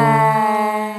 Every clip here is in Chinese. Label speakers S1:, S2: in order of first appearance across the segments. S1: Hello，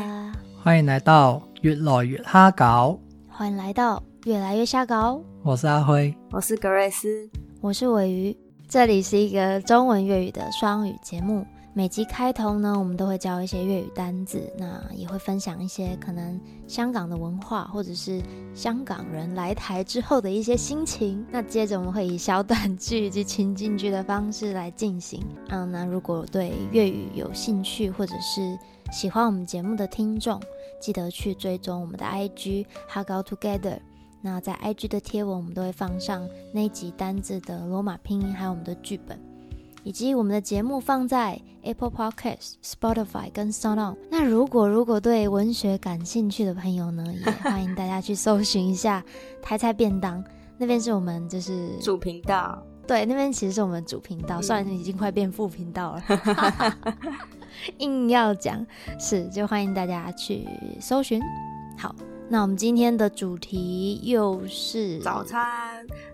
S2: 欢迎来到越来越哈搞，
S1: 欢迎来到越来越瞎搞，
S2: 我是阿辉。
S3: 我是格瑞斯。
S1: 我是尾鱼，这里是一个中文粤语的双语节目。每集开头呢，我们都会教一些粤语单字，那也会分享一些可能香港的文化，或者是香港人来台之后的一些心情。那接着我们会以小短剧以及情境剧的方式来进行。嗯，那如果对粤语有兴趣，或者是喜欢我们节目的听众，记得去追踪我们的 IG h o g o Together。那在 IG 的贴文，我们都会放上那一集单字的罗马拼音，还有我们的剧本，以及我们的节目放在 Apple Podcast、Spotify 跟 Sound On。那如果如果对文学感兴趣的朋友呢，也欢迎大家去搜寻一下台菜便当，那边是我们就是
S3: 主频道，
S1: 对，那边其实是我们主频道，虽然已经快变副频道了， 硬要讲是，就欢迎大家去搜寻。好，那我们今天的主题又是
S3: 早餐。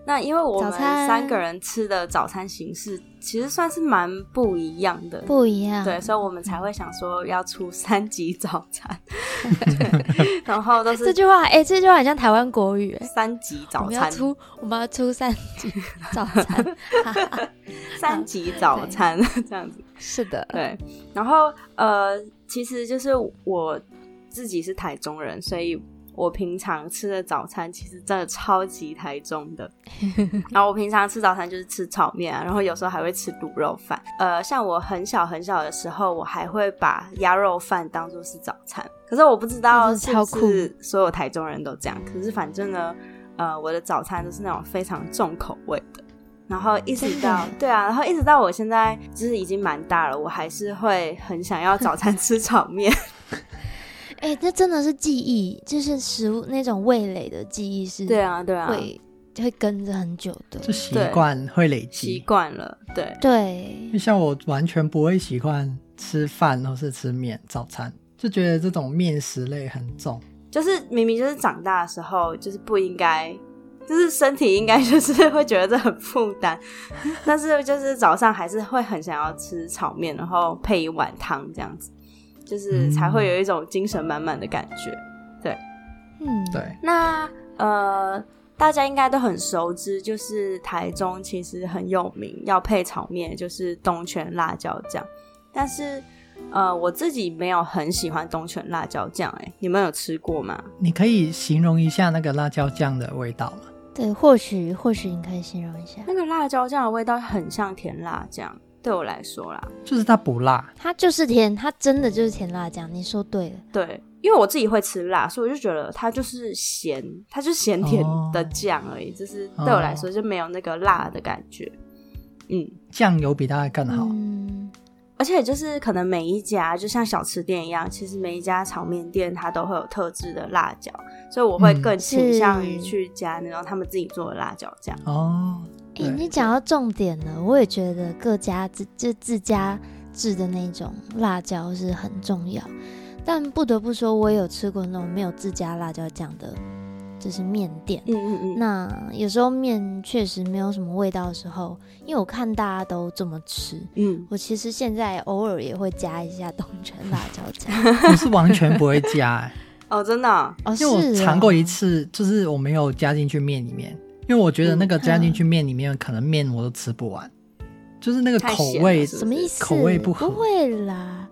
S3: 那因为我们
S1: 早餐
S3: 三个人吃的早餐形式其实算是蛮不一样的，
S1: 不一样，
S3: 对，所以我们才会想说要出三级早餐， 对，然后都
S1: 这
S3: 是
S1: 句话，哎、这句话很像台湾国语、哎，
S3: 三级
S1: 我
S3: 早
S1: 们要
S3: 餐，
S1: 出，我们要出三集早 餐，
S3: 三级早
S1: 嗯
S3: 餐这样子。
S1: 是的，
S3: 对，然后呃，其实就是我自己是台中人，所以我平常吃的早餐其实真的超级台中 的。然后我平常吃早餐就是吃炒面啊，然后有时候还会吃卤肉饭。呃，像我很小很小的时候，我还会把鸭肉饭当做是早餐。可是我不知道
S1: 那
S3: 是
S1: 哦真的
S3: 不是所有台中人都这样。可是反正呢，呃，我的早餐都是那种非常重口味的。然后一直
S1: 真的
S3: 到对啊，然后一直到我现在就是已经蛮大了，我还是会很想要早餐吃炒面。
S1: 哎、这真的是记忆，就是食物那种味蕾的记忆是，
S3: 对啊，对啊，
S1: 会会跟着很久的，
S2: 这习惯会累积，
S3: 习惯了，对。
S1: 对
S2: 因，为像我完全不会习惯吃饭或是吃面早餐，就觉得这种面食类很重。
S3: 就是明明就是长大的时候，就是不应该，就是身体应该就是会觉得这很负担， 但是就是早上还是会很想要吃炒面，然后配一碗汤这样子，就是才会有一种精神满满的感觉。
S1: 嗯，
S2: 对，
S3: 那呃，大家应该都很熟知，就是台中其实很有名，要配炒面就是东泉辣椒酱，但是。呃，我自己没有很喜欢东泉辣椒酱，哎，你们有吃过吗？
S2: 你可以形容一下那个辣椒酱的味道吗？
S1: 对，或许或许你可以形容一下，
S3: 那个辣椒酱的味道很像甜辣酱，对我来说啦，
S2: 就是它不辣，
S1: 它就是甜，它真的就是甜辣酱，你说对了，
S3: 对，因为我自己会吃辣，所以我就觉得它就是咸，它就是咸甜的酱而已，就是对我来说就没有那个辣的感觉。嗯，
S2: 酱油比它还更好。
S1: 嗯，
S3: 而且就是可能每一家就像小吃店一样，其实每一家炒面店它都会有特制的辣椒，所以我会
S2: 嗯
S3: 更倾向于
S1: 是
S3: 去加那种他们自己做的辣椒酱。
S2: 哦，
S1: 哎、
S2: 对
S1: 你讲到重点了，我也觉得各家自就自家制的那种辣椒是很重要，但不得不说，我也有吃过那种没有自家辣椒酱的，就是面店。
S3: 嗯嗯嗯，
S1: 那有时候面确实没有什么味道的时候，因为我看大家都这么吃，
S3: 嗯，
S1: 我其实现在偶尔也会加一下东泉辣椒酱。
S2: 我是完全不会加、欸，
S3: 哦，真的哦、
S1: 哦，
S2: 因为我
S1: 是
S2: 尝
S1: 哦
S2: 过一次，就是我没有加进去面里面，因为我觉得那个加进去面里面，可能面我都吃不完，就是那个
S3: 太
S2: 口
S3: 咸了
S2: 味，
S3: 是
S1: 什么意思？
S2: 口味不合
S1: 不会啦，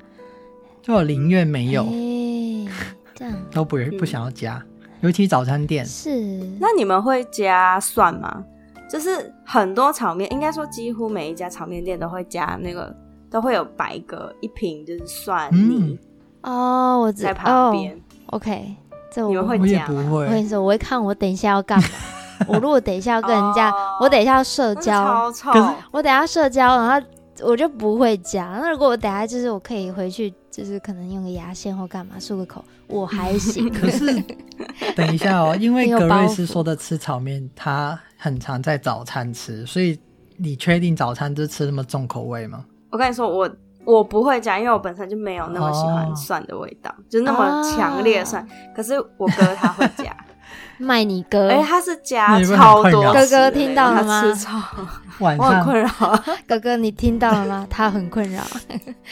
S2: 就我宁愿没有，
S1: 哎这样
S2: 都不不想要加，尤其早餐店，
S1: 是
S3: 那你们会加蒜吗？就是很多炒面，应该说几乎每一家炒面店都会加那个，都会有摆一个一瓶就是蒜泥
S1: 嗯哦，我知
S3: 在旁边。
S1: 哦、OK，这我
S3: 你们会
S2: 我也
S3: 加
S2: 不
S3: 吗
S1: 我跟
S2: 会，
S1: 你说，我会看我等一下要 干嘛。我如果等一下要跟人家，
S3: 哦
S1: 我等一下要社
S3: 那
S1: 交，
S3: 超臭。
S2: 可是
S1: 我等一下社交，然后我就不会加。那如果我等一下就是我可以回去，就是可能用个牙线或干嘛漱个口，我还 行。
S2: 可 是等一下哦，因为
S1: 很有
S2: 格
S1: 包
S2: 瑞
S1: 袱
S2: 斯说的吃炒面，他很常在早餐吃，所以你确定早餐就吃那么重口味吗？
S3: 我跟你说，我我不会加，因为我本身就没有那么喜欢
S2: 哦
S3: 蒜的味道，就是那么强烈的蒜。可是我哥他会加，
S1: 卖你哥，
S3: 哎、他是加
S2: 那你不是很
S3: 超
S2: 困
S3: 多
S2: 扰
S3: 次
S1: 哥哥
S3: 的
S1: 听
S3: 嘞
S1: 到了
S3: 他
S1: 吗
S3: 吃超，
S2: 晚
S3: 我很
S2: 上
S3: 困扰，
S1: 哥哥你听到了吗？他很困扰，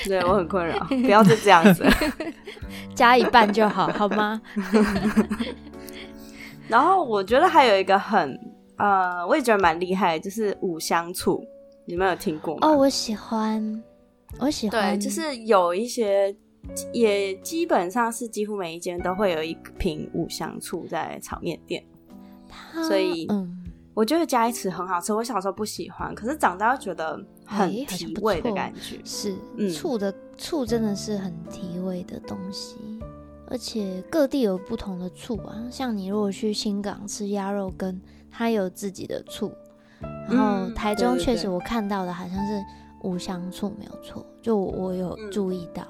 S3: 对我很困扰，不要再这样子。
S1: 加一半就好，好 吗？
S3: 然后我觉得还有一个很呃，我也觉得蛮厉害的，就是五香醋，你们有听过吗？
S1: 哦，我喜欢，我喜
S3: 对，
S1: 欢，
S3: 就是有一些，也基本上是几乎每一间都会有一瓶五香醋在炒面店。
S1: 它
S3: 所以
S1: 嗯，
S3: 我觉得加一匙很好吃，我小时候不喜欢，可是长大又觉得很
S1: 哎好像
S3: 提
S1: 不
S3: 味的
S1: 错
S3: 感觉。
S1: 是、
S3: 嗯
S1: 醋的醋真的是很提味的东西，而且各地有不同的醋啊，像你如果去新港吃鸭肉羹，它有自己的醋，然后
S3: 嗯
S1: 台中
S3: 对对
S1: 确实
S3: 对
S1: 我看到的好像是五香醋没有错，就我我有
S3: 嗯
S1: 注意到。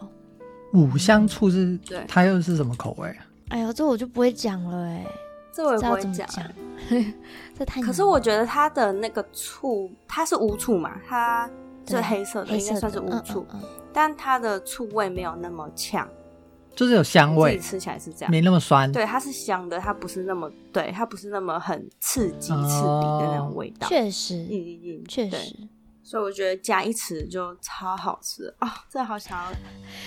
S2: 五香醋是
S3: 对，
S2: 它又是什么口味啊？
S1: 哎呦，这我就不会讲了哎、
S3: 这我也
S1: 知
S3: 不
S1: 道
S3: 会
S1: 怎么
S3: 讲。
S1: 讲， 这太难了
S3: 可是我觉得它的那个醋，它是无醋嘛，它是
S1: 对
S3: 黑色的，
S1: 黑
S3: 应
S1: 色的
S3: 该算是无醋，
S1: 嗯嗯
S3: 但它的醋味没有那么呛，
S2: 就是有香
S3: 我自
S2: 味
S3: 己，吃起来是这样。
S2: 没那么酸。
S3: 对，它是香的，它不是那么对，它不是那么很刺激、
S2: 哦
S3: 刺鼻的那种味
S1: 嗯
S3: 道。
S1: 确
S3: 嗯
S1: 实，
S3: 嗯嗯，
S1: 确
S3: 对
S1: 实。
S3: 所以我觉得加一匙就超好吃哦，真的好想要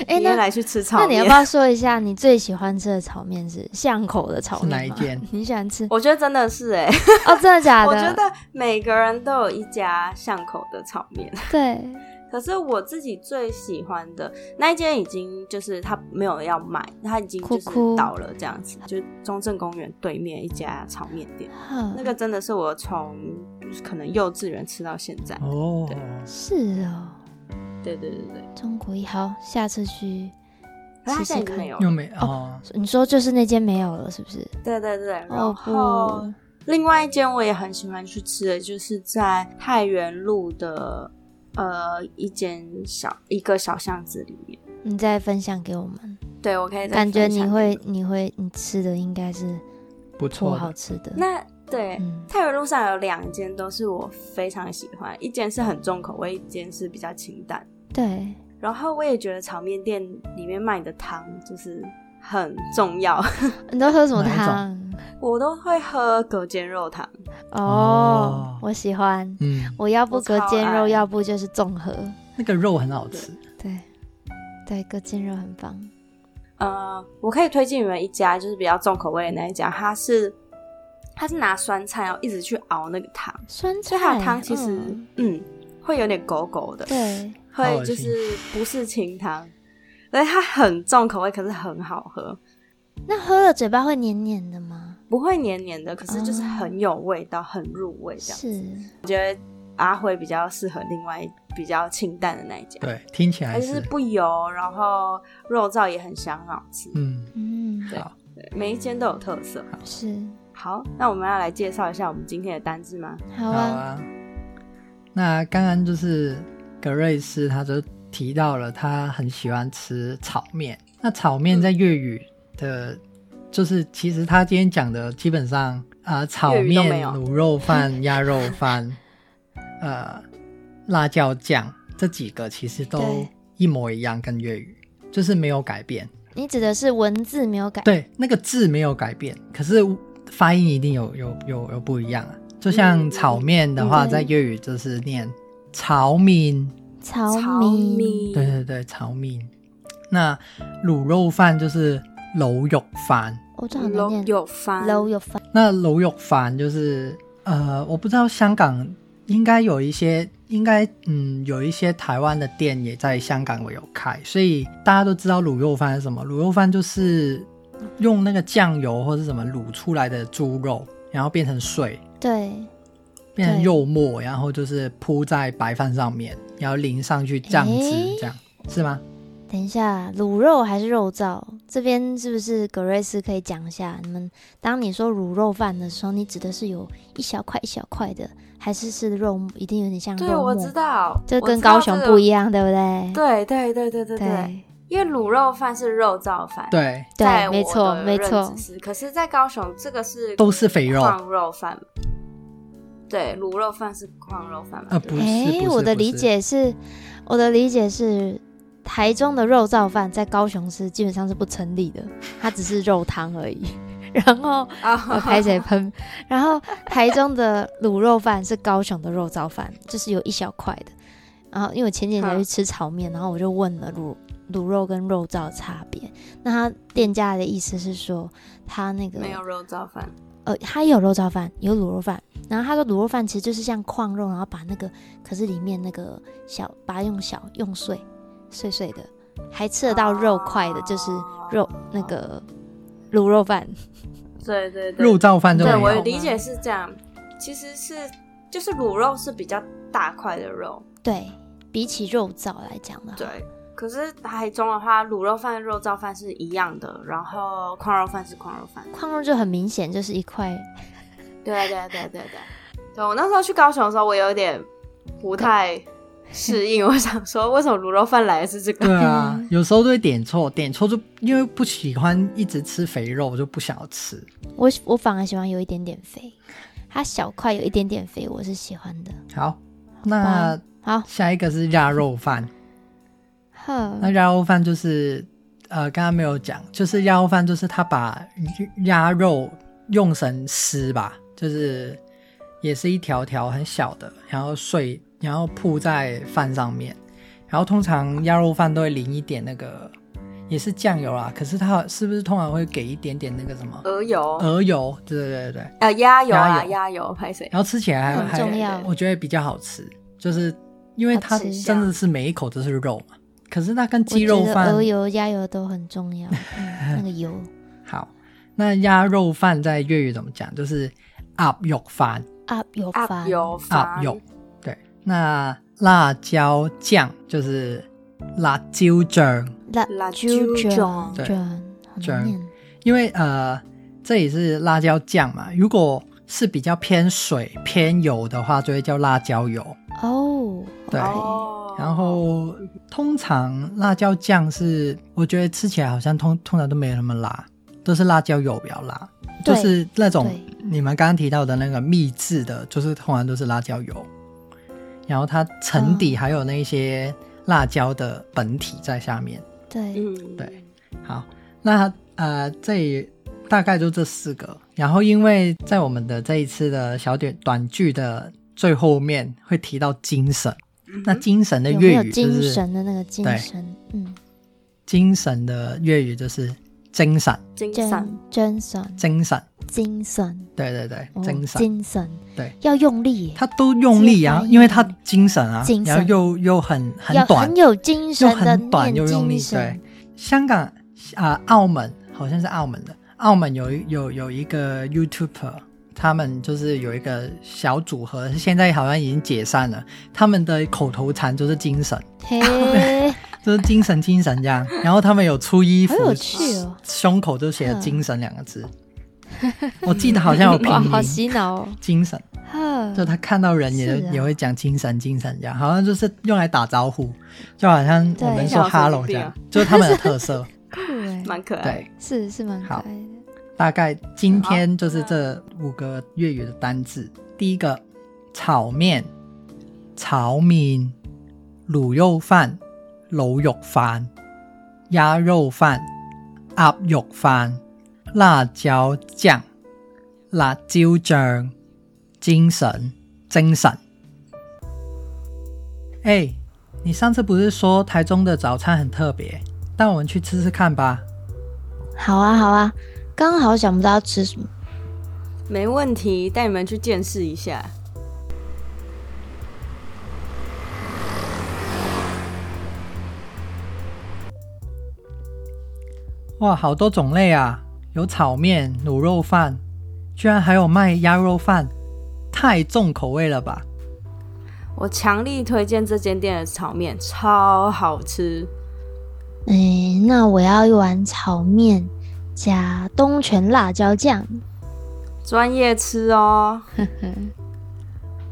S1: 哎，
S3: 明天
S1: 那
S3: 来去吃
S1: 那
S3: 炒
S1: 你要
S3: 面
S1: 不。要说一下你最喜欢吃的炒面是巷口的炒面吗
S2: 是哪一 间？
S1: 你喜欢吃？
S3: 我觉得真的是哎、
S1: 哦，真的假的？
S3: 我觉得每个人都有一家巷口的炒面，
S1: 对，
S3: 可是我自己最喜欢的那一间已经就是他没有要买，他已经就
S1: 哭哭
S3: 是倒了这样子，就是中正公园对面一家炒面店，那
S1: 那
S3: 个真的是我从就是可能幼稚园吃到现在。
S2: 哦，
S1: 是哦，
S3: 对对对对，
S1: 中国一好，下次去
S3: 可是他
S1: 试
S3: 现在
S1: 试
S3: 已经
S1: 看
S3: 没。有
S2: 又
S3: 了。
S2: 没哦，
S1: 你说就是那间没有了，是不是？
S3: 对对对，然
S1: 哦
S3: 后
S1: 不，
S3: 另外一间我也很喜欢去吃的，就是在太原路的呃一间小一个小巷子里面。
S1: 你再分享给我们，
S3: 对，我可以再
S1: 感觉
S3: 分
S1: 你
S3: 享
S1: 会
S3: 给
S1: 你会你吃的应该是
S2: 不
S1: 颇
S2: 错
S1: 好
S2: 的。
S1: 吃的。
S3: 你那对。
S1: 嗯，
S3: 太原路上有两间都是我非常喜欢，一间是很重口味，一间是比较清淡。
S1: 对，
S3: 然后我也觉得炒面店里面卖的汤就是很重要，
S1: 你都喝什么
S2: 哪一种
S1: 汤？
S3: 我都会喝隔间肉汤。
S1: 哦
S2: 哦，
S1: 我喜欢，
S2: 嗯，
S1: 我要不
S3: 我
S1: 隔
S3: 超
S1: 煎肉，
S3: 爱
S1: 要不就是综合。
S2: 那个肉很好吃。
S1: 对，对，隔煎肉很棒。
S3: 呃，我可以推荐你们一家，就是比较重口味的那一家，它是它是拿酸菜然后一直去熬那个汤，
S1: 酸
S3: 所以它
S1: 菜
S3: 的汤其实
S1: 嗯
S3: 嗯会有点狗狗的，
S1: 对，
S2: 好
S3: 会
S2: 恶
S3: 就
S2: 心
S3: 是不是清汤，所以它很重口味，可是很好喝，
S1: 那喝了嘴巴会黏黏的吗？
S3: 不会黏黏的，可是就是
S1: 哦
S3: 很有味道，很入味这样。
S1: 是，
S3: 阿辉比较适合另外一比较清淡的那一家，
S2: 对，听起来
S3: 而且是
S2: 是
S3: 不油，然后肉燥也很香，很好吃。
S2: 嗯，
S1: 嗯，
S3: 对
S2: 好，
S3: 对，每一间都有特色。
S1: 是，
S3: 好，那我们要来介绍一下我们今天的单字吗？
S1: 好
S2: 好
S1: 啊，
S2: 啊。那刚刚就是格瑞斯，他就提到了他很喜欢吃炒面。那炒
S3: 嗯
S2: 面在粤语的，就是其实他今天讲的基本上啊、呃炒
S3: 粤语都没
S2: 面、
S3: 有
S2: 卤肉饭、鸭肉饭，呃，辣椒酱这几个其实都
S1: 对
S2: 一模一样，跟粤语就是没有改变。
S1: 你指的是文字没有改，
S2: 对，那个字没有改变，可是发音一定有有有有不一样啊。就像炒面的
S1: 嗯
S2: 话，
S1: 嗯嗯
S2: 在粤语就是念炒面，
S1: 炒
S3: 炒
S1: 米，
S2: 对对对，炒面。那卤肉饭就是卤肉饭，
S1: 我这好难
S3: 卤
S1: 念，
S3: 有饭，
S1: 楼有饭，
S2: 那卤肉饭就是呃，我不知道香港应该有一些，应该嗯有一些台湾的店也在香港有开，所以大家都知道卤肉饭是什么。卤肉饭就是用那个酱油或是什么卤出来的猪肉，然后变成水，
S1: 对，
S2: 变成
S1: 对
S2: 肉末，然后就是铺在白饭上面，然后淋上去酱汁
S1: 诶，
S2: 这样是吗？
S1: 等一下，卤肉还是肉燥？这边是不是格瑞斯可以讲一下？你们当你说卤肉饭的时候，你指的是有一小块一小块的，还是是肉末一定有点像肉
S3: 对，我
S1: 末？
S3: 知道，
S1: 这
S3: 我
S1: 跟
S3: 知道
S1: 高雄
S3: 这个
S1: 不一。样，对不对？
S3: 对对对对对对，
S1: 对
S3: 因为卤肉饭是肉燥饭，
S2: 对，
S1: 对，
S3: 在
S1: 没
S3: 我
S1: 错
S3: 的
S1: 没
S3: 认
S1: 错
S3: 知，是可是，在高雄这个是
S2: 都是肥肉，
S3: 矿肉饭，对，卤肉饭是矿肉饭嘛？
S2: 呃
S3: 对
S2: 不
S3: 对
S2: 是
S1: 诶
S2: 不是
S1: 我的
S2: 不
S1: 理
S2: 是
S1: 解是，我的理解是，台中的肉燥饭在高雄市基本上是不成立的，它只是肉汤而已。 然后
S3: 啊
S1: 我拍 谁喷，然后台中的卤肉饭是高雄的肉燥饭，就是有一小块的。然后因为我前几天
S2: 嗯
S1: 才去吃炒面，然后我就问了卤卤肉跟肉燥差别。那他店家的意思是说，他那个
S3: 没有肉燥饭，
S1: 呃，他也有肉燥饭，有卤肉饭。然后他说卤肉饭其实就是像矿肉，然后把那个可是里面那个小，把它用小用碎碎碎的，还吃得到肉块的，就是肉那个卤肉饭。
S3: 对对对，
S2: 肉燥饭就没
S3: 对
S2: 有
S3: 我
S1: 有
S3: 理解是这样，其实是就是卤肉是比较大块的肉，
S1: 对比起肉燥来讲的话，
S3: 对。可是台中的话，卤肉饭、肉燥饭是一样的，然后矿肉饭是矿肉饭。
S1: 矿肉就很明显就是一块
S3: 对对对对对。对我那时候去高雄的时候，我有点不太适应，我想说为什么卤肉饭来的是这个？
S2: 对啊，有时候都会点错，点错就因为不喜欢一直吃肥肉，我就不想要吃。
S1: 我我反而喜欢有一点点肥，它小块有一点点肥，我是喜欢的。
S2: 好，那
S1: 好，
S2: 下一个是鸭肉饭。
S1: 呵，
S2: 那鸭肉饭就是，呃，刚刚没有讲，就是鸭肉饭就是他把鸭肉用成丝吧，就是也是一条条很小的，然后碎，然后铺在饭上面。然后通常鸭肉饭都会淋一点那个，也是酱油啊啦，可是它是不是通常会给一点点那个什么
S3: 鹅油，
S2: 鹅油？呃对对对对。
S3: 呃，鸭
S2: 嗯
S3: 油
S2: 鸭
S3: 啊，
S2: 油
S3: 鸭油，拍谁？
S2: 然后吃起来还
S1: 很
S2: 还
S1: 重要
S2: 我觉得比较好吃，就是因为它
S1: 好吃
S2: 真的是每一口都是肉嘛。可是那跟
S1: 我
S2: 鸡
S1: 觉
S2: 肉
S1: 得
S2: 饭
S1: 鹅油、鸭油都很重要，嗯、那个 油。
S2: 好，那鸭肉饭在粤语怎么讲？就是鸭肉饭，
S1: 啊，有
S3: 鸭
S1: 饭，
S3: 油
S2: 鸭
S3: 饭，
S2: 肉。对，那辣椒酱就是辣椒酱，
S1: 辣
S3: 辣
S1: 椒卷
S3: 椒
S2: 对
S1: 卷，很
S2: 卷
S1: 难念
S2: 因为呃这里是辣椒酱嘛，如果是比较偏水偏油的话，就会叫辣椒油。
S1: 哦，
S2: 对
S1: OK
S3: 哦
S2: 然后通常辣椒酱是，我觉得吃起来好像通通常都没有那么辣，都是辣椒油比较辣，就
S1: 对
S2: 是那种
S1: 对
S2: 你们刚刚提到的那个秘制的，就是通常都是辣椒油，然后它沉
S1: 嗯
S2: 底还有那些辣椒的本体在下面。
S1: 对，
S3: 嗯，
S2: 对好，那呃这大概就这四个，然后因为在我们的这一次的小短短剧的最后面会提到精神，
S3: 嗯哼，
S2: 那精神的
S1: 有没
S2: 粤
S1: 有
S2: 语就
S1: 精
S2: 是。
S1: 神的那个精
S2: 对
S1: 神？嗯，
S2: 精神的粤语就是精神，
S3: 金散
S1: 真真神，
S2: 精神，
S1: 精神，
S2: 对对对，
S1: 哦
S2: 精神，
S1: 精神，
S2: 对，
S1: 要用力耶，
S2: 他都用力
S1: 直，接
S2: 啊
S1: 翻译
S2: 因为他精神啊，
S1: 精神
S2: 然后又又很很
S1: 要
S2: 短
S1: 很，有精
S2: 又
S1: 神的
S2: 很短
S1: 念
S2: 又用力。
S1: 精
S2: 对
S1: 神，，
S2: 香港啊、澳门好像是澳门的，澳门有一有有一个 YouTuber。他们就是有一个小组合，现在好像已经解散了。他们的口头禅就是“精神
S1: 嘿，”，
S2: 就是“精神精神” 这样。然后他们有出 衣服
S1: 好，有趣哦，
S2: 胸口就写了“精神”两个字。我记得好像有 拼
S1: 哇，好
S2: 音，
S1: 洗脑哦，
S2: 精神，就
S1: 呵，
S2: 他看到人也、
S1: 是啊
S2: 也会讲精神精神这样，好像就是用来打招呼，就好像我们说
S3: 对
S2: hello 这样，就是他们的特色。
S1: 酷哎，
S3: 蛮可爱
S2: 对，
S1: 是是蛮可
S2: 好
S1: 爱的，
S2: 大概今天就是这五个粤语的单字，第一个炒面、炒面、卤肉饭、卤肉饭、鸭肉饭、鸭肉饭、辣椒酱、辣椒酱、精神、精神。哎、你上次不是说台中的早餐很特别？带我们去吃吃看吧。
S1: 好啊好啊，刚好想不到要吃什么，
S3: 没问题，带你们去见识一下。
S2: 哇，好多种类啊！有炒面、卤肉饭，居然还有卖鸭肉饭，太重口味了吧？
S3: 我强力推荐这间店的炒面，超好吃。
S1: 哎，那我要一碗炒面加东泉辣椒 酱，
S3: 专业吃哦，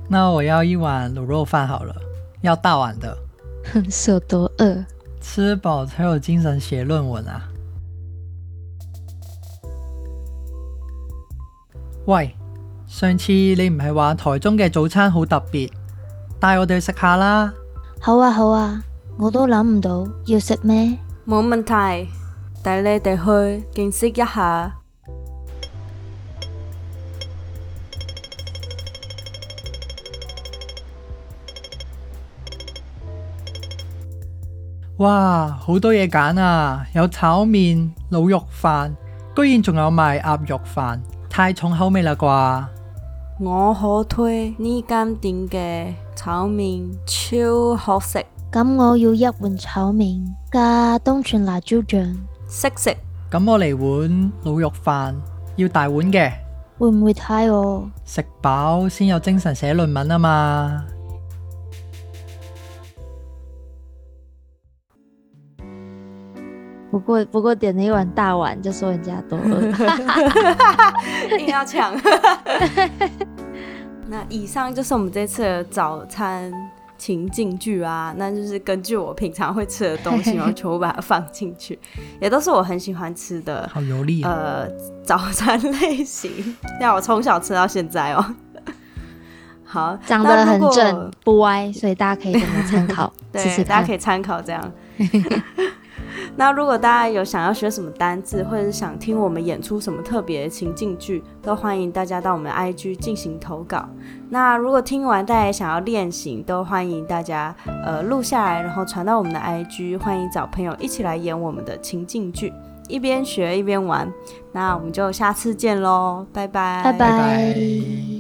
S2: 那我要一碗卤肉饭好了，要大碗的，
S1: 哼，是有多饿？
S2: 吃饱才有精神写论文啊！喂，上次你唔系话台中嘅早餐好特別，帶我哋去食下啦！
S1: 好啊好啊，我都諗唔到要食咩。
S3: 冇問題，帶你哋去見識一下。
S2: 哇，好多嘢揀啊！有炒麵、滷肉飯，居然仲有賣鴨肉飯，太重口味啦啩！
S3: 我可推呢間店嘅炒麵超好食，
S1: 咁我要一碗炒麵加冬泉辣椒醬，
S3: 識食
S2: 咁我嚟碗滷肉飯，要大碗嘅，
S1: 會唔會太餓？
S2: 食飽先有精神寫論文啊嘛！
S1: 不过不过点了一碗大碗就说人家多 饿，
S3: 硬要抢。那以上就是我们这次的早餐情境剧啊，那就是根据我平常会吃的东西，然后全部把它放进去，也都是我很喜欢吃的
S2: 好油腻啊！
S3: 呃早餐类型。 那我从小吃到现在哦。 好，
S1: 长
S3: 那
S1: 得
S3: 如
S1: 很
S3: 果，
S1: 正不歪，所以大家可以给我们参 考
S3: 对，
S1: 试试
S3: 大家
S1: 看
S3: 可。以参考这样。 那如果大家有想要学什么单字，或者是想听我们演出什么特别的情境剧，都欢迎大家到我们 IG 进行投稿。那如果听完大家也想要练习，都欢迎大家呃录下来，然后传到我们的 IG，欢迎找朋友一起来演我们的情境剧，一边学一边玩。那我们就下次见喽，拜拜，
S1: 拜拜
S2: 拜拜。